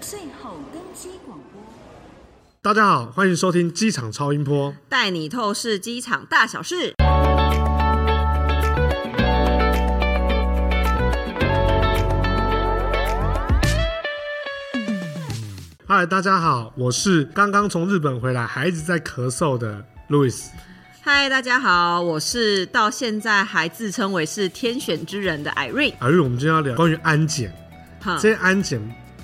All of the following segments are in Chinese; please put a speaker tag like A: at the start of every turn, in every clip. A: 最后更新广播，
B: 大家好，欢迎收听机场超音波。
C: 带你透视机场大小事。
B: 嗨，大家好，我是刚刚从日本回来还一直在咳嗽的 Louis。
C: 嗨，大家好，我是到现在还自称为是天选之人的艾瑞。
B: 而我们今天要聊关于安检，
C: 哈，
B: 这些安检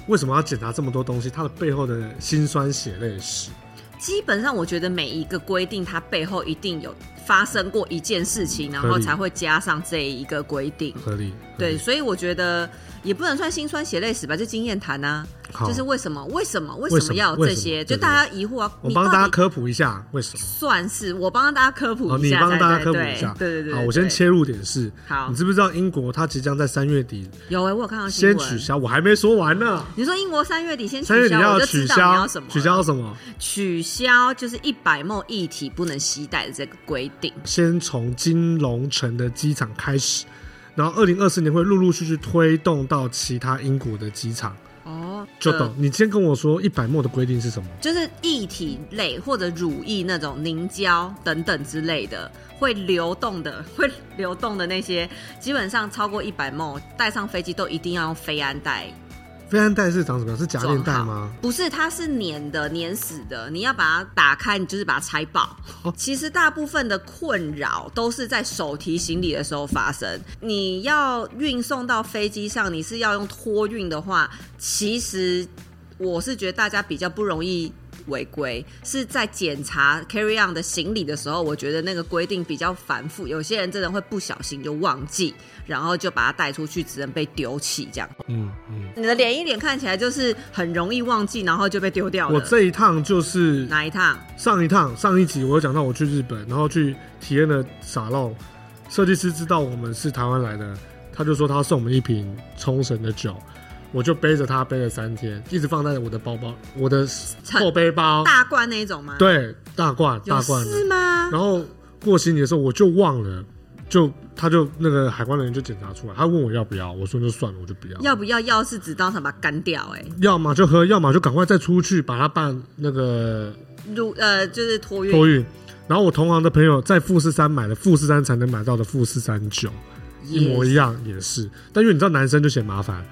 B: 为什么要检查这么多东西？它的背后的辛酸血泪史。
C: 基本上我觉得每一个规定，它背后一定有发生过一件事情，然
B: 合
C: 后
B: 理
C: 才会加上这一个规定。
B: 合理。
C: 对，
B: 合
C: 所以我觉得也不能算辛酸血泪史吧，就经验谈啊，
B: 好
C: 就是为什么为什么为
B: 什么
C: 什么要有
B: 为
C: 这
B: 什么
C: 些，
B: 对
C: 就
B: 对
C: 大家疑惑啊。
B: 理，我
C: 你
B: 帮
C: 到
B: 大家
C: 底
B: 科普一下为什么。
C: 算是我帮大家科普
B: 好，
C: 一
B: 你
C: 下，
B: 帮大家
C: 再
B: 科普
C: 对
B: 一下。
C: 对对对对，
B: 好，我先
C: 对
B: 切入点是，
C: 好
B: 你知不知道英国它即将在三月底
C: 有哎、我有看到新
B: 先
C: 闻。
B: 取消？我还没说完呢。
C: 你说英国三月底先取消，
B: 三月底
C: 我就
B: 取
C: 知道你
B: 消
C: 要什么了
B: 取消什么？
C: 取消就是一百梦一体不能携带的这个规定。
B: 先从金融城的机场开始，然后二零二四年会陆陆续续推动到其他英国的机场。
C: 哦，
B: 就
C: 呃
B: 懂，你先跟我说一百墨的规定是什么？
C: 就是液体类或者乳液那种凝胶等等之类的，会流动的，会流动的那些，基本上超过一百梦带上飞机都一定要用飞安带
B: 飞安带是长什么样？是夹链
C: 装
B: 带
C: 好
B: 吗？？
C: 不是，它是粘的，粘死的。你要把它打开，你就是把它拆 爆。
B: 哦
C: 其实大部分的困扰都是在手提行李的时候发生。你要运送到飞机上，你是要用托运的话，其实我是觉得大家比较不容易。违规是在检查 carry on 的行李的时候，我觉得那个规定比较繁复，有些人真的会不小心就忘记，然后就把它带出去，只能被丢弃这样。
B: 嗯嗯，
C: 你的脸一脸看起来就是很容易忘记，然后就被丢掉了。
B: 我这一趟就是
C: 哪一趟？
B: 上一趟上一集我有讲到我去日本，然后去体验了傻漏，设计师知道我们是台湾来的，他就说他送我们一瓶冲绳的酒。我就背着它背了三天，一直放在我的包包，我的后背包，
C: 大罐那一种吗？，
B: 对，大罐大
C: 有
B: 罐的
C: 事吗？
B: 然后过新年的时候我就忘了，就他就那个海关人员就检查出来，他问我要不要，我说就算了，我就不要。
C: 要不要？要是只当场把它干掉、哎，
B: 要么就喝，要么就赶快再出去把它办那个
C: 如呃，就是托运。
B: 托运。然后我同行的朋友在富士山买了富士山才能买到的富士山酒，一模一
C: 样。
B: 样也是。但因为你知道男生就嫌麻烦，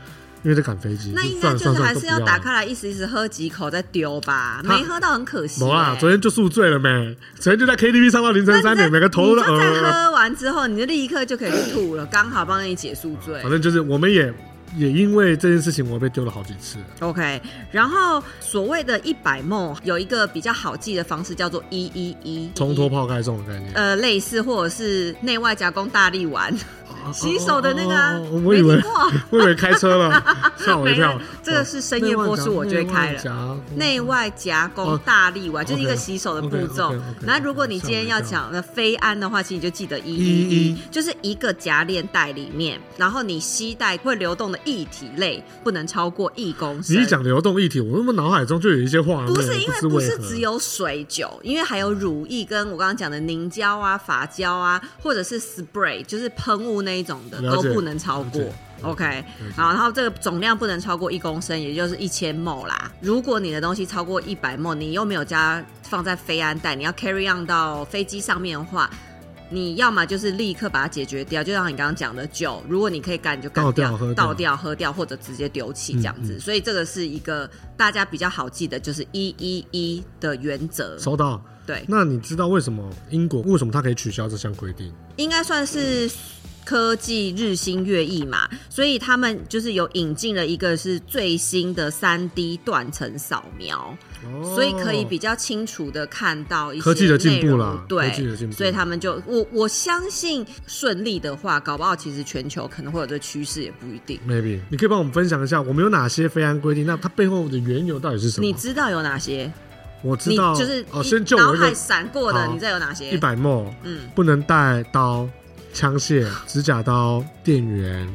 B: 因为在赶飞机，
C: 那应
B: 算
C: 该
B: 了
C: 就
B: 算
C: 是
B: 了
C: 还
B: 算
C: 是
B: 了
C: 要
B: 都不
C: 打
B: 了
C: 开来一时一时喝几口再丢吧，
B: 他
C: 没喝到很可惜、
B: 没啦，
C: 哎
B: 昨天就宿醉了没？昨天就在 KTV 唱到凌晨
C: 那
B: 三点，
C: 你
B: 每个头都
C: 你
B: 在
C: 就
B: 呃。
C: 在喝完之后，你就立刻就可以去吐了，刚好帮你解宿醉
B: 反。正就是我们也也因为这件事情，我被丢了好几次。
C: OK，然后所谓的一百梦有一个比较好记的方式，叫做一一一
B: 冲脱泡盖这种概念，
C: 呃，类似或者是内外夹攻大力丸，
B: 哦
C: 洗手的那个啊
B: 哦哦哦我
C: 没
B: 以为
C: 听过，
B: 我以为开车 了，吓我一
C: 没
B: 跳哦
C: 人。这个是深夜播出，我就会开了。
B: 了
C: 内外夹攻
B: 哦
C: 大力丸就是一
B: OK，
C: 个洗手的步骤
B: OK，OK，OK，。
C: 那如果你今天要
B: 吓
C: 讲的飞安的话，其实你就记得一
B: 一
C: 一
B: 一
C: 一，就是一个夹链袋里面，然后你吸带会流动的液体类不能超过一公
B: 你
C: 升。
B: 一讲流动一体，我那么脑海中就有一些画面，
C: 不是因为
B: 不
C: 不
B: 知
C: 是
B: 为何
C: 只有水酒，因为还有乳液跟我刚刚讲的凝胶啊、发胶啊，或者是 spray，就是喷雾那一种的
B: 了
C: 都
B: 解
C: 不能超过
B: 了解。
C: OK，
B: 解
C: 好，然后这个总量不能超过一公升，也就是一千 m 啦。如果你的东西超过一百 m 你又没有加放在飞安袋，你要 carry on 到飞机上面的话，你要么就是立刻把它解决掉，就像你刚刚讲的酒，如果你可以干，你就干
B: 倒掉喝掉
C: 倒掉、喝掉，或者直接丢弃这样子。
B: 嗯嗯
C: 所以这个是一个大家比较好记的，就是一一一的原则。
B: 收到。
C: 对，
B: 那你知道为什么英国为什么它可以取消这项规定？
C: 应该算是科技日新月异嘛，所以他们就是有引进了一个是最新的三 D 断层扫描，
B: 哦
C: 所以可以比较清楚的看到一些
B: 科技的进步啦
C: 内容
B: 科技的进
C: 对，
B: 步
C: 所以他们就我我相信顺利的话，搞不好其实全球可能会有这趋势，也不一定。
B: maybe 你可以帮我们分享一下，我们有哪些非安规定？那它背后的缘由到底是什
C: 你
B: 么？
C: 知道有哪些？
B: 我知
C: 你
B: 道，
C: 就是
B: 哦，
C: 一
B: 先救
C: 脑
B: 我一个
C: 海闪过的，
B: 好
C: 你知道有哪些？
B: 一百墨，
C: 嗯，
B: 不能带刀、枪械、指甲刀、电源、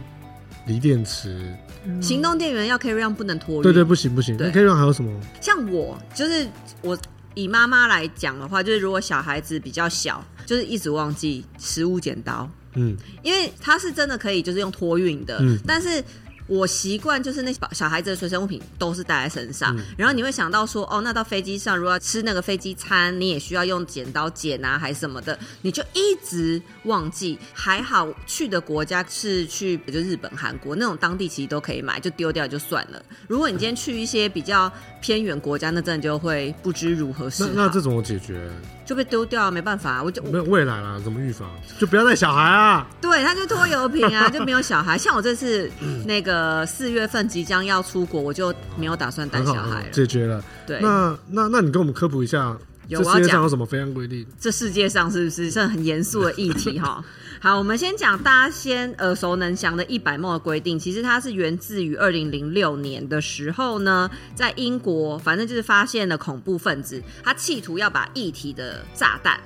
B: 锂电池。
C: 行动电源要 carry on，不能托运。
B: 对对，不行不行。
C: 对
B: 那 K 让还有什么？
C: 像我就是我以妈妈来讲的话，就是如果小孩子比较小，就是一直忘记食物剪刀，
B: 嗯，
C: 因为它是真的可以就是用托运的，
B: 嗯
C: 但是。我习惯就是那些小孩子的随身物品都是带在身上，
B: 嗯
C: 然后你会想到说，哦，那到飞机上如果要吃那个飞机餐，你也需要用剪刀剪啊，还是什么的，你就一直忘记。还好去的国家是去就日本、韩国那种当地其实都可以买，就丢掉就算了。如果你今天去一些比较偏远国家，那真的就会不知如何是
B: 那
C: 好，
B: 那这怎么解决？
C: 就被丢掉，没办法，我就我
B: 没有未来啦，怎么预防？就不要带小孩啊！
C: 对，他就拖油瓶 啊，就没有小孩。像我这次
B: 嗯
C: 那个四月份即将要出国，我就没有打算带
B: 很
C: 小
B: 好，
C: 孩
B: 很好
C: 了。
B: 解决了。
C: 对，
B: 那那那你跟我们科普一下，
C: 有
B: 这
C: 啊我要
B: 世界
C: 讲
B: 上有什么飞安规定？
C: 这世界上是不是这很严肃的议题哈？好，我们先讲大家先耳熟能详的一百梦的规定，其实它是源自于二零零六年的时候呢，在英国，反正就是发现了恐怖分子，他企图要把液体的炸弹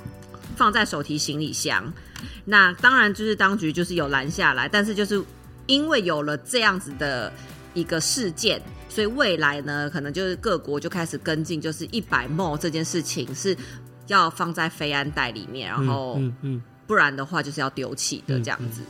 C: 放在手提行李箱。那当然就是当局就是有拦下来，但是就是因为有了这样子的一个事件，所以未来呢，可能就是各国就开始跟进，就是一百梦这件事情是要放在飞安袋里面，然后
B: 嗯嗯
C: 不然的话就是要丢弃的这样子。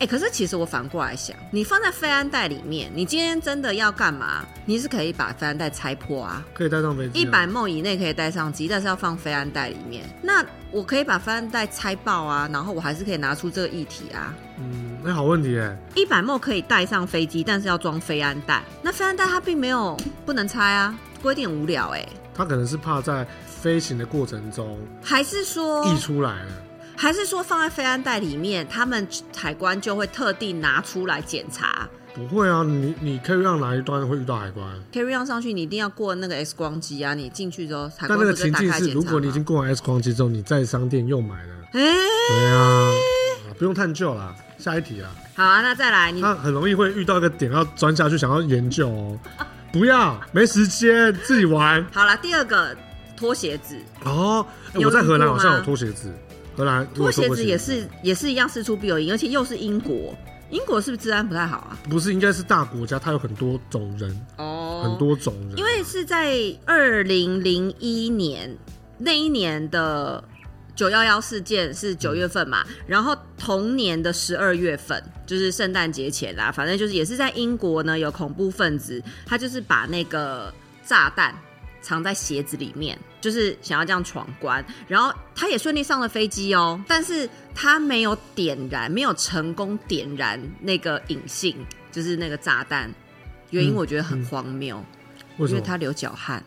C: 哎、可是其实我反过来想，你放在飞安袋里面，你今天真的要干嘛？你是可以把飞安袋拆破啊，
B: 嗯，可以带上飞机啊。
C: 一百梦以内可以带上机，但是要放飞安袋里面。那我可以把飞安袋拆爆啊，然后我还是可以拿出这个议题啊。
B: 嗯，那好问题哎，
C: 一百梦可以带上飞机，但是要装飞安袋。那飞安袋它并没有不能拆啊，规定很无聊哎、
B: 他可能是怕在飞行的过程中
C: 还是说
B: 溢出来了。
C: 还是说放在飞安袋里面，他们海关就会特地拿出来检查。
B: 不会啊，你你可以让哪一端会遇到海关？
C: carry on 上去，你一定要过那个 X 光机啊！你进去之后，海
B: 但
C: 关
B: 那个
C: 不是
B: 情
C: 打
B: 境
C: 开
B: 是，
C: 检查
B: 如
C: 吗
B: 果你已经过完 X 光机之后，你在商店又买了，
C: 哎、
B: 对啊，不用探究啦，下一题啦。
C: 好啊，那再来你
B: 他很容易会遇到一个点要钻下去，想要研究哦。不要，没时间，自己玩。
C: 好啦，第二个拖鞋子，
B: 哦，欸
C: 你有
B: 我在荷兰
C: 遇
B: 好
C: 过吗
B: 像有拖鞋子，荷兰
C: 拖鞋
B: 我有
C: 子
B: 说过
C: 也是也是一样事出必有因，而且又是英国，英国是不是治安不太好啊？
B: 不是应该是大国家，它有很多种人，
C: 哦
B: 很多种人，啊
C: 因为是在二零零一年那一年的九幺幺事件是
B: 嗯
C: 九月份嘛，然后同年的十二月份就是圣诞节前啦，反正就是也是在英国呢，有恐怖分子，他就是把那个炸弹藏在鞋子里面，就是想要这样闯关，然后他也顺利上了飞机哦，但是他没有点燃，没有成功点燃那个引信，就是那个炸弹。原因
B: 嗯
C: 我觉得很荒谬，
B: 为什
C: 因为
B: 么？
C: 他流脚汗。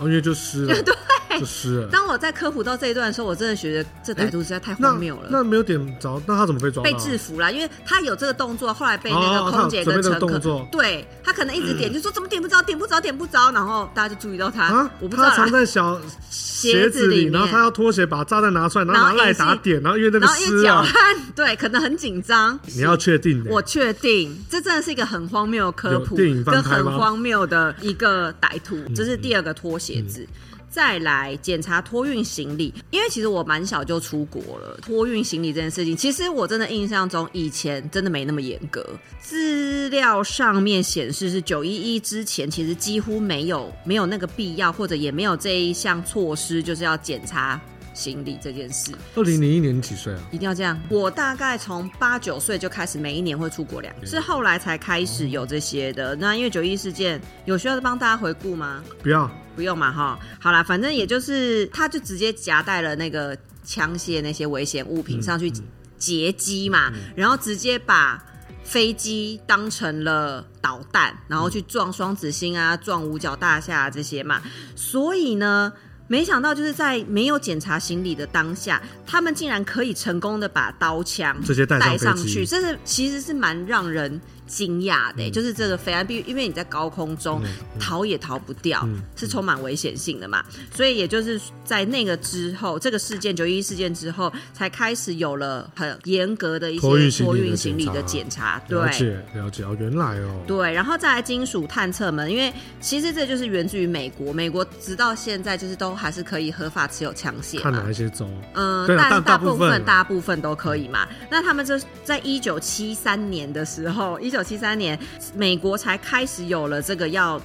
B: 哦因为就湿 了，对，就湿了。
C: 当我在科普到这一段的时候，我真的觉得这歹徒实在太
B: 那
C: 荒谬了。
B: 那没有点着，那他怎么被抓到？啊
C: 被制服啦，因为他有这个动作，后来被那
B: 哦
C: 个空姐跟乘
B: 他有准备这个
C: 客，
B: 动作
C: 对他可能一直点，就说怎么点不着，点不着，点不着，然后大家就注意到他，
B: 啊！
C: 我不知道
B: 他藏
C: 啦。
B: 在小鞋
C: 子
B: 子
C: 里
B: 里，
C: 面
B: 然后他要拖鞋把炸弹拿出来，然
C: 然
B: 后
C: 后
B: 拿赖
C: 隐形
B: 打点，然后因为那个
C: 然后因为
B: 湿
C: 脚
B: 啊，
C: 汗，对，可能很紧张。
B: 你要确定的。
C: 我确定，这真的是一个很荒谬的科
B: 有
C: 普，
B: 电影翻
C: 跟
B: 拍吗嗯
C: 很荒谬的一个歹徒。这是第二个拖鞋子。再来检查托运行李，因为其实我蛮小就出国了。托运行李这件事情，其实我真的印象中以前真的没那么严格。资料上面显示是九一一之前，其实几乎没有没有那个必要，或者也没有这一项措施，就是要检查行李这件事。
B: 二零零一年你几岁啊？
C: 一定要这样。我大概从八九岁就开始，每一年会出国两次，是后来才开始有这些的。那因为九一事件，有需要帮大家回顾吗？
B: 不要，
C: 不用嘛哈。好啦，反正也就是，他就直接夹带了那个枪械那些危险物品上去劫机嘛，然后直接把。飞机当成了导弹，然后去撞双子星啊，撞五角大厦、啊、这些嘛。所以呢，没想到就是在没有检查行李的当下，他们竟然可以成功的把刀枪
B: 直接带上飞机嗯
C: 上去，这是其实是蛮让人惊讶的、欸就是这个飞安，因为你在高空中、逃也逃不掉，
B: 嗯
C: 是充满危险性的嘛。所以也就是在那个之后，这个事件九一一事件之后，才开始有了很严格的一些
B: 托运行李的
C: 运行李
B: 检查
C: 的检查，
B: 了
C: 对。
B: 解了解哦，原来哦，
C: 对，然后再来金属探测门，因为其实这就是源自于美国，美国直到现在就是都还是可以合法持有枪械
B: 看
C: 嘛
B: 哪一些州，
C: 嗯，
B: 对啊
C: 但
B: 但
C: 大
B: 大
C: 部
B: 部分
C: 分
B: 啊
C: 大部分都可以嘛。那他们就在一九七三年的时候，一九七三年美国才开始有了这个要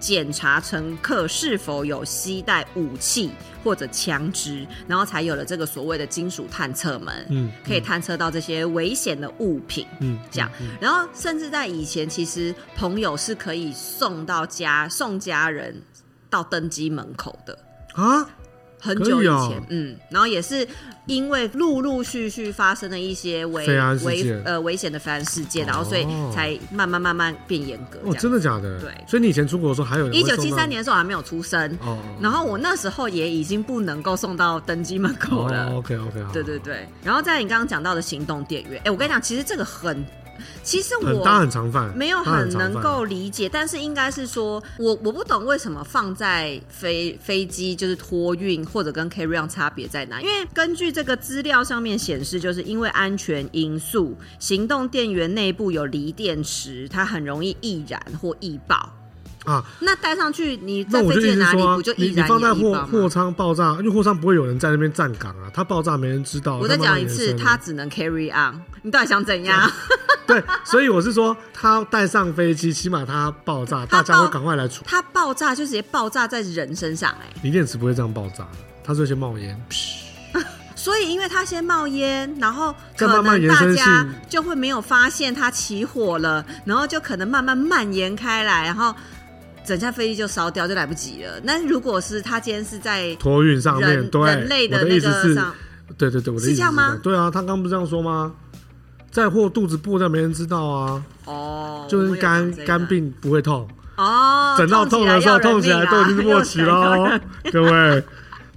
C: 检查乘客是否有携带武器或者枪支，然后才有了这个所谓的金属探测门，
B: 嗯
C: 可以探测到这些危险的物品。
B: 嗯，
C: 这样，然后甚至在以前，其实朋友是可以送到家送家人到登机门口的。
B: 啊，
C: 很
B: 可以
C: 久以
B: 哦
C: 前，嗯，然后也是因为陆陆续续发生了一些危
B: 飞安事
C: 危
B: 件
C: 呃危险的飞安事件，然后所以
B: 哦
C: 才慢慢慢慢变严格。
B: 哦，真
C: 的，
B: 的假的？
C: 对
B: 所以你以前出国的时候还有人会
C: 一九
B: 送到
C: 七三年的时候我还没有出生，
B: 哦，
C: 然后我那时候也已经不能够送到登机门口了。
B: OK OK，好，哦
C: 对对对，然后在你刚刚讲到的行动电源，哎，我跟你讲，其实这个很，其实
B: 很
C: 我
B: 大家很常犯，
C: 没有
B: 大家
C: 很
B: 常
C: 能
B: 犯
C: 够理解，但是应该是说，我我不懂为什么放在飞飞机就是托运或者跟 carry on 差别在哪？因为根据这个资料上面显示，就是因为安全因素，行动电源内部有锂电池，它很容易易燃或易爆。
B: 啊。
C: 那带上去，你
B: 那
C: 在
B: 我
C: 飞
B: 就
C: 机
B: 一
C: 的
B: 直
C: 哪里
B: 说啊
C: 不就，
B: 你
C: 易
B: 你
C: 燃
B: 放在
C: 也易
B: 货
C: 爆
B: 货
C: 吗？
B: 仓爆炸，因为货仓不会有人在那边站岗啊，它爆炸没人知道。
C: 我再
B: 它慢慢
C: 讲一
B: 延
C: 次，
B: 伸啊
C: 它只能 carry on，你到底想怎样？
B: 对，所以我是说，它带上飞机，起码它爆炸，大
C: 它爆
B: 家会赶快来处。
C: 它爆炸就直接爆炸在人身上、哎。
B: 锂电池不会这样爆炸，它是会先冒烟。
C: 所以，因为它先冒烟，然后
B: 再
C: 可
B: 慢慢
C: 能
B: 延
C: 大
B: 伸
C: 家
B: 性
C: 就会没有发现它起火了，然后就可能慢慢蔓延开来，然后整架飞机就烧掉，就来不及了。那如果是它今天是在
B: 托运上面
C: 人
B: 对
C: 人类
B: 我
C: 那
B: 意思
C: 个
B: 是，
C: 上，
B: 对对对，我的意思
C: 是这样吗
B: 这对啊，他刚不是这样说吗？在货肚子破掉没人知道啊，
C: 哦，
B: 就是
C: 我
B: 肝
C: 们有讲这一段
B: 肝病不会痛，
C: 哦，
B: 等到
C: 痛
B: 的时候痛
C: 起
B: 起来
C: 来 要人
B: 都已经
C: 命啊
B: 是末期了。
C: 又
B: 哦，各位，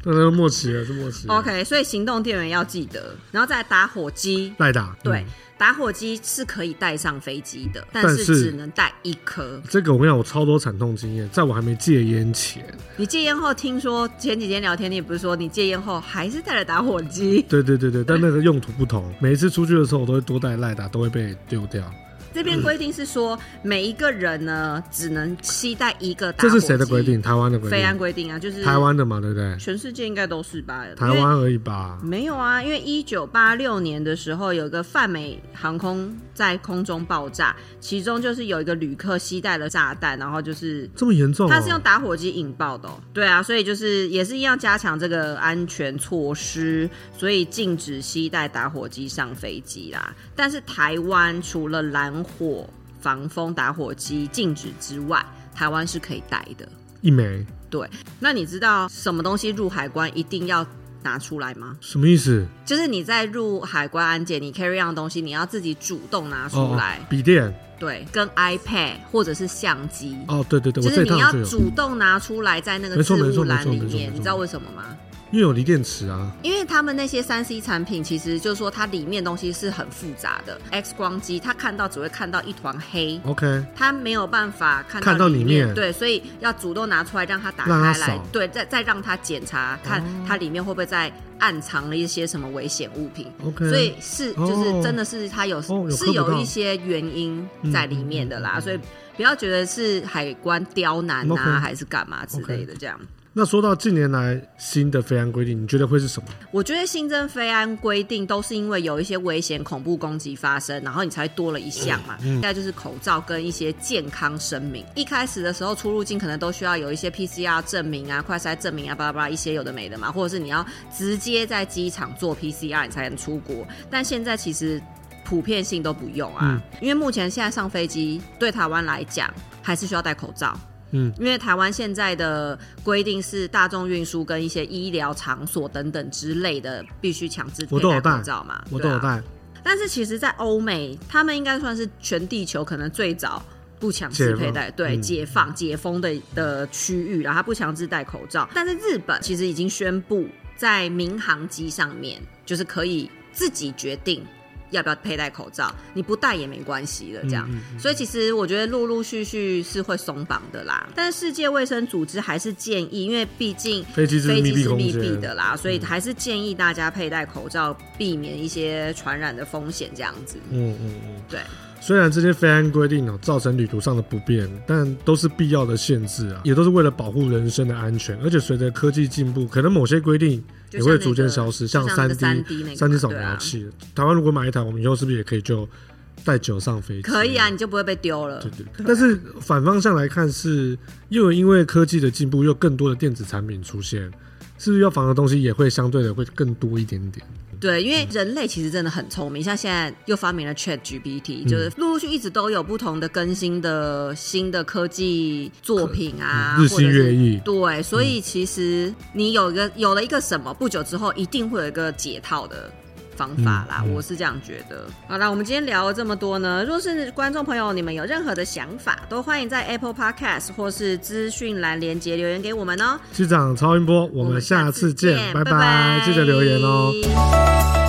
B: 那是末期了，是末期了。
C: OK，所以行动电源要记得，然后再来打火机。
B: 赖打
C: 对，
B: 嗯
C: 打火机是可以带上飞机的，但
B: 但
C: 是
B: 是
C: 只能带一颗。
B: 这个我跟你讲，我超多惨痛经验，在我还没戒烟前，
C: 你戒烟后，听说前几天聊天，你也不是说你戒烟后还是带了打火机？
B: 对对对对，但那个用途不同，每一次出去的时候我都会多带赖打，都会被丢掉。
C: 这边规定是说，每一个人呢只能携带一个打火
B: 这
C: 机。
B: 是谁的规？定？台湾的规
C: 飞安
B: 定，
C: 规定啊，就是
B: 台，湾的嘛，对不对？
C: 全世界应该都是吧？
B: 台
C: 因为
B: 湾而已吧。
C: 没有啊，因为一九八六年的时候，有个泛美航空在空中爆炸，其中就是有一个旅客携带了炸弹，然后就是
B: 这么严重、哦？
C: 它是用打火机引爆的、哦，对啊，所以就是也是一样加强这个安全措施，所以禁止携带打火机上飞机啦。但是台湾除了蓝火防风打火机禁止之外，台湾是可以带的。
B: 一枚，
C: 对，那你知道什么东西入海关一定要拿出来吗？
B: 什么意思？
C: 就是你在入海关安检，你 carry on 的东西，你要自己主动拿
B: 哦
C: 出来。
B: 哦笔电
C: 对，跟 iPad 或者是相机。
B: 哦，对对对，
C: 就
B: 我
C: 是
B: 这一
C: 你要
B: 趟就有，
C: 主动拿出来在那个
B: 没错
C: 置
B: 没错
C: 物篮
B: 没
C: 里
B: 错没错没
C: 面，
B: 错
C: 你知道为什么吗？
B: 因为有锂电池啊，
C: 因为他们那些三 C 产品，其实就是说它里面东西是很复杂的。X 光机它看到只会看到一团黑，
B: OK，
C: 它没有办法看
B: 看到
C: 里
B: 里面
C: 对，所以要主动拿出来让它打
B: 让它
C: 开来
B: 扫，哦
C: 对，再再让它检查看它里面会不会再暗藏了一些什么危险物品。
B: OK
C: 所以是就是
B: 哦
C: 真的是它有、
B: 嗯哦有科
C: 是
B: 普
C: 有
B: 到嗯
C: 一些原因在里面的啦，所以不要觉得是海关刁难啊
B: OK
C: 还是干嘛之类的这样。
B: 那说到近年来新的飞安规定，你觉得会是什么？
C: 我觉得新增非安规定都是因为有一些危险恐怖攻击发生，然后你才会多了一项嘛。
B: 嗯
C: 应该就是口罩跟一些健康声明。一开始的时候出入境可能都需要有一些 PCR 证明啊、快筛证明啊、巴拉巴拉一些有的没的嘛，或者是你要直接在机场做 PCR 你才能出国。但现在其实普遍性都不用啊，因为目前现在上飞机对台湾来讲还是需要戴口罩。
B: 嗯，
C: 因为台湾现在的规定是大众运输跟一些医疗场所等等之类的必须强制
B: 我
C: 佩
B: 都有
C: 戴
B: 带
C: 口罩嘛，
B: 我都有
C: 对啊。
B: 带
C: 但是其实，在欧美，他们应该算是全地球可能最早。不强制佩戴，
B: 解放
C: 对
B: 嗯
C: 解放、解封的呃的区域，然后他不强制戴口罩。但是日本其实已经宣布，在民航机上面，就是可以自己决定要不要佩戴口罩，你不戴也没关系的，这样。
B: 嗯嗯嗯
C: 所以其实我觉得陆陆续续是会松绑的啦，但是世界卫生组织还是建议，因为毕竟
B: 飞机是
C: 飞
B: 密
C: 机
B: 闭
C: 是
B: 空
C: 密
B: 间嗯
C: 闭的啦，所以还是建议大家佩戴口罩，避免一些传染的风险这样子。
B: 嗯嗯嗯。
C: 对，
B: 虽然这些飞安规定哦造成旅途上的不便，但都是必要的限制
C: 嗯
B: 啊，也都是为了保护人身的安全。而且随着科技进步，可能某些规定也会逐渐消失，
C: 就像那
B: 三
C: 个就像那个 3D 那个嘛
B: 三 D 扫
C: 对啊
B: 描器。台湾如果买一台，我们以后是不是也可以就带酒上飞机，
C: 可以啊，你就啊不会被丢了
B: 对。对，对但是反方向来看是，又因为科技的进步，又更多的电子产品出现，是不是要防的东西也会相对的会更多一点点？
C: 对，因为人类其实真的很聪明，
B: 嗯
C: 像现在又发明了 Chat GPT，就是陆陆续一直都有不同的更新的新的科技作品啊，
B: 嗯日
C: 或者
B: 新
C: 是
B: 月异嗯
C: 对，所以其实你有一个有了一个什么，不久之后一定会有一个解套的。方法啦，
B: 嗯嗯
C: 我是这样觉得。好啦，我们今天聊了这么多呢。若是观众朋友你们有任何的想法，都欢迎在 Apple Podcast 或是资讯栏连接留言给我们哦。
B: 机长超音波，我们下次见，拜
C: 拜
B: 记得留言哦。
C: 拜